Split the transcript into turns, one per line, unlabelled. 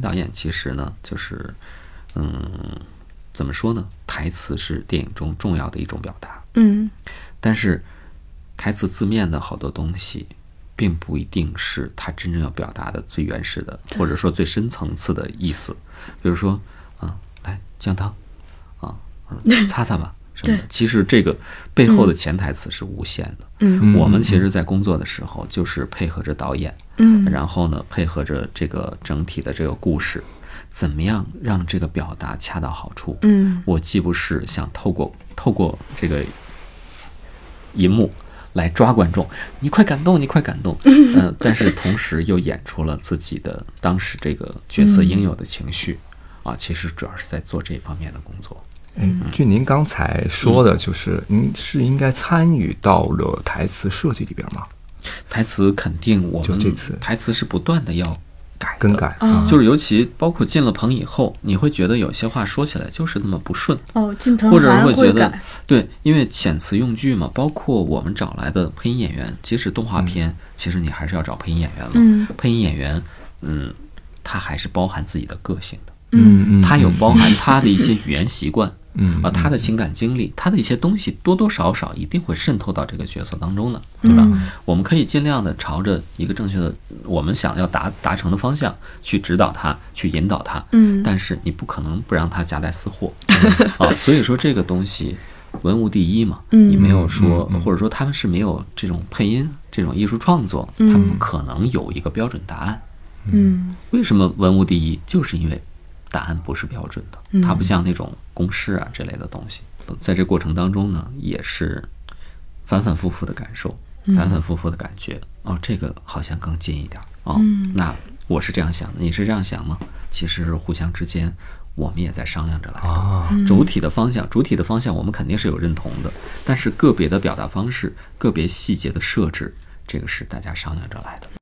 导演其实呢，就是，嗯，怎么说呢？台词是电影中重要的一种表达，
嗯
但是台词字面的好多东西，并不一定是他真正要表达的最原始的，或者说最深层次的意思。比如说，啊，来姜汤，啊，嗯擦擦吧什么的。其实这个背后的潜台词是无限的。
嗯
我们其实，在工作的时候，就是配合着导演，
嗯
然后呢，配合着这个整体的这个故事，怎么样让这个表达恰到好处？
嗯
我既不是想透过透过这个银幕来抓观众，你快感动，你快感 动，嗯、但是同时又演出了自己的当时这个角色应有的情绪。
嗯
啊，其实主要是在做这方面的工作。
哎，据您刚才说的，就是您是应该参与到了台词设计里边吗？
台词肯定我
就
们
这次
台词是不断的要改的
更改
啊
呃就是尤其包括进了棚以后，你会觉得有些话说起来就是那么不顺，
哦，进盆
或者是
还
会觉得
改，
对，因为遣词用句嘛，包括我们找来的配音演员，即使动画片，
嗯
其实你还是要找配音演员嘛。
嗯
配音演员，嗯，他还是包含自己的个性的，
嗯
他有包含他的一些语言习惯，
嗯
啊，他的情感经历，他的一些东西多多少少一定会渗透到这个角色当中的，
嗯
对
嗯
吧？我们可以尽量的朝着一个正确的我们想要达达成的方向去指导他，去引导他，
嗯
但是你不可能不让他夹带私货 啊，所以说这个东西文无第一嘛，
嗯
你没有说，或者说他们是没有这种配音这种艺术创作，他们不可能有一个标准答案。
嗯
为什么文无第一？就是因为答案不是标准的，它不像那种公式啊这类的东西。在这过程当中呢，也是反反复复的感受，反反复复的感觉。哦，这个好像更近一点儿哦。那我是这样想的，你是这样想吗？其实是互相之间，我们也在商量着来的。
啊，
主体的方向，主体的方向我们肯定是有认同的，但是个别的表达方式、个别细节的设置，这个是大家商量着来的。